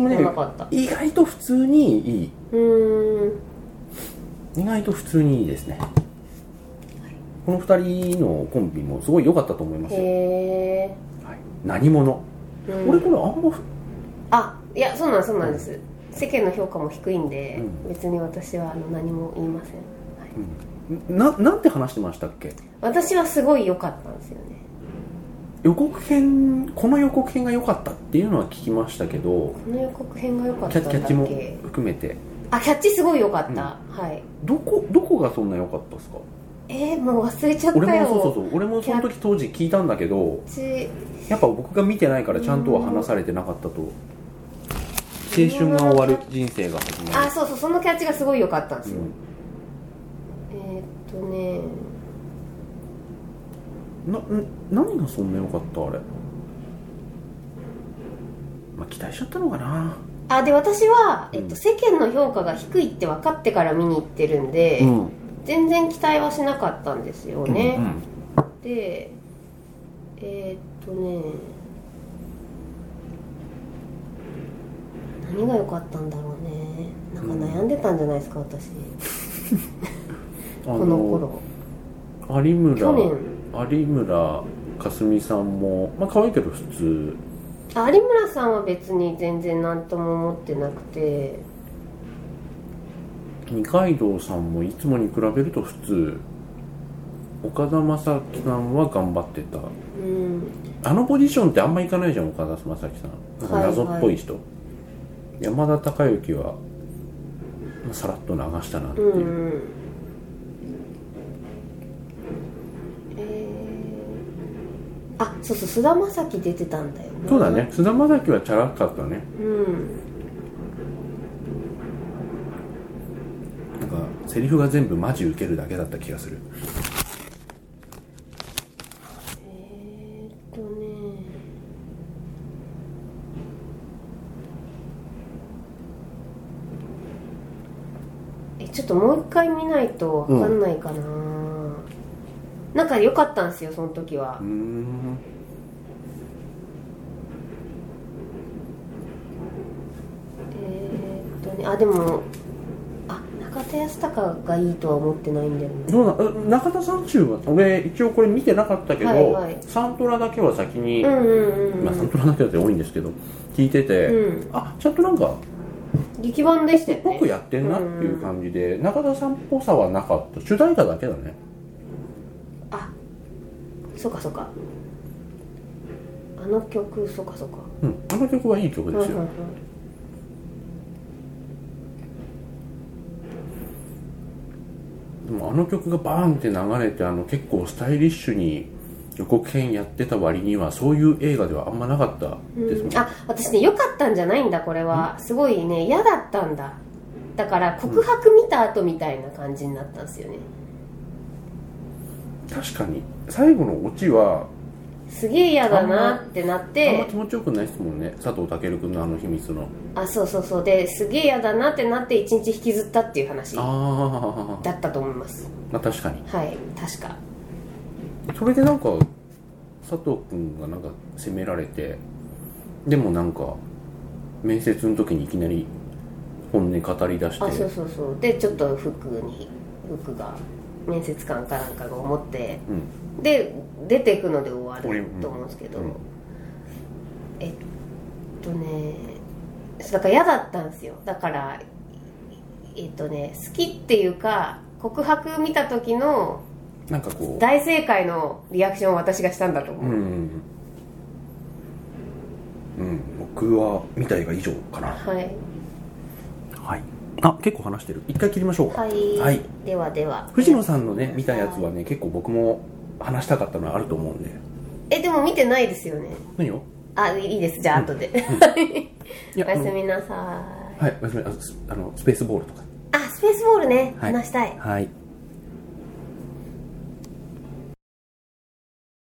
A: もうね
B: 知らなかった
A: 意外と普通にいいう
B: ーん
A: 意外と普通にいいですね、この2人のコンビもすごい良かったと思いますよ、
B: へえ、
A: はい、何者、
B: うん
A: 俺これあんまふ
B: あいやそうなんそうなんです、世間の評価も低いんで、
A: うん
B: 別に私はあの何も言いません、は
A: な
B: い、
A: なんて話してましたっけ
B: 私はすごい良かったんですよね
A: 予告編この予告編が良かったっていうのは聞きましたけど
B: この予告編が良かっ
A: キ
B: た
A: ャ
B: んだ
A: キャッチ
B: っ
A: も
B: け
A: 含めて
B: あキャッチすごい良かった、はい
A: どこどこがそんな良かったですか
B: えー、もう忘れちゃったよ
A: 俺もそうそうそう俺もその時当時聞いたんだけど
B: キャッチ
A: やっぱ僕が見てないからちゃんとは話されてなかったと青春が終わる人生が始ま
B: あ
A: る
B: そうそうそのキャッチがすごい良かったんですよ、
A: うん
B: えーっとね
A: なな何がそんな良かったあれまあ期待しちゃったのかな
B: あで私は、えっ
A: うん
B: と、世間の評価が低いって分かってから見に行ってるんで、
A: うん
B: 全然期待はしなかったんですよ
A: うん
B: ね、
A: うん
B: でえーっとね何が良かったんだろうねなんか悩んでたんじゃないですか私
A: あ
B: この頃
A: 有村
B: 去年
A: 有村架純さんもまあ可愛いけど普通
B: あ有村さんは別に全然何とも思ってなくて
A: 二階堂さんもいつもに比べると普通岡田将生さんは頑張ってた
B: うん
A: あのポジションってあんまいかないじゃん岡田将生さんなんか謎っぽい人、山田孝之はまあさらっと流したなって
B: う
A: い
B: ん
A: う、
B: うんえー、あそうそう菅田将暉出てたんだよ
A: そうだね菅田将暉はチャラかったね
B: うん
A: なんかセリフが全部マジ受けるだけだった気がする
B: えー、っとねえちょっともう一回見ないと分かんないかな、なんか良かったんですよその時は
A: うーん
B: えーっとねあでもあ中田泰孝がいいとは思ってないんだよね
A: どうなんえ中田三中は俺一応これ見てなかったけど、
B: はいはい
A: サントラだけは先に、
B: うんうんうん、
A: まあ、サントラだけだって多いんですけど聞いてて、
B: うん
A: あちゃんとなんか
B: 劇版でしたよね
A: 僕やってんなっていう感じで、中田さんっぽさはなかった主題歌だけだね
B: あそうかそうかあの曲そうかそうか
A: うん、あの曲はいい曲です
B: うんうん
A: よでもあの曲がバーンって流れてあの結構スタイリッシュに予告編やってた割にはそういう映画ではあんまなかった
B: うん
A: ですもん、
B: あ私ね良かったんじゃないんだこれはすごいね嫌だったんだだから告白見た後みたいな感じになったんですよね
A: 確かに最後のオチは
B: すげえ嫌だなってなっ
A: あんま
B: て
A: 気持ちよくないですもんね佐藤健君のあの秘密の
B: あそうそうそうですげえ嫌だなってなって一日引きずったっていう話だ
A: あ
B: ったと思います
A: あ確かに
B: はい確か
A: それでなんか佐藤君がなんか責められてでもなんか面接の時にいきなり本音語り出して
B: あそうそうそうでちょっと服に服が面接官かなんかが思って
A: うん
B: で出ていくので終わると思うんですけど、
A: うんうん
B: えっとねそうだから嫌だったんですよだからえっとね好きっていうか告白見た時の
A: なんかこう
B: 大正解のリアクションを私がしたんだと思
A: う
B: う、
A: ん、うん、僕はみたいが以上かな
B: はい
A: はいあ結構話してる一回切りましょうか
B: はい、
A: はい
B: ではでは
A: 藤野さんのね見たやつはね結構僕も話したかったのはあると思うんで
B: えでも見てないですよね
A: 何を
B: あいいですじゃあ後で、
A: い
B: *laughs* おやす
A: あの
B: みなさい
A: はいおやすみあのスあのスペースボールとか
B: あスペースボールね、
A: はい
B: 話したい
A: はい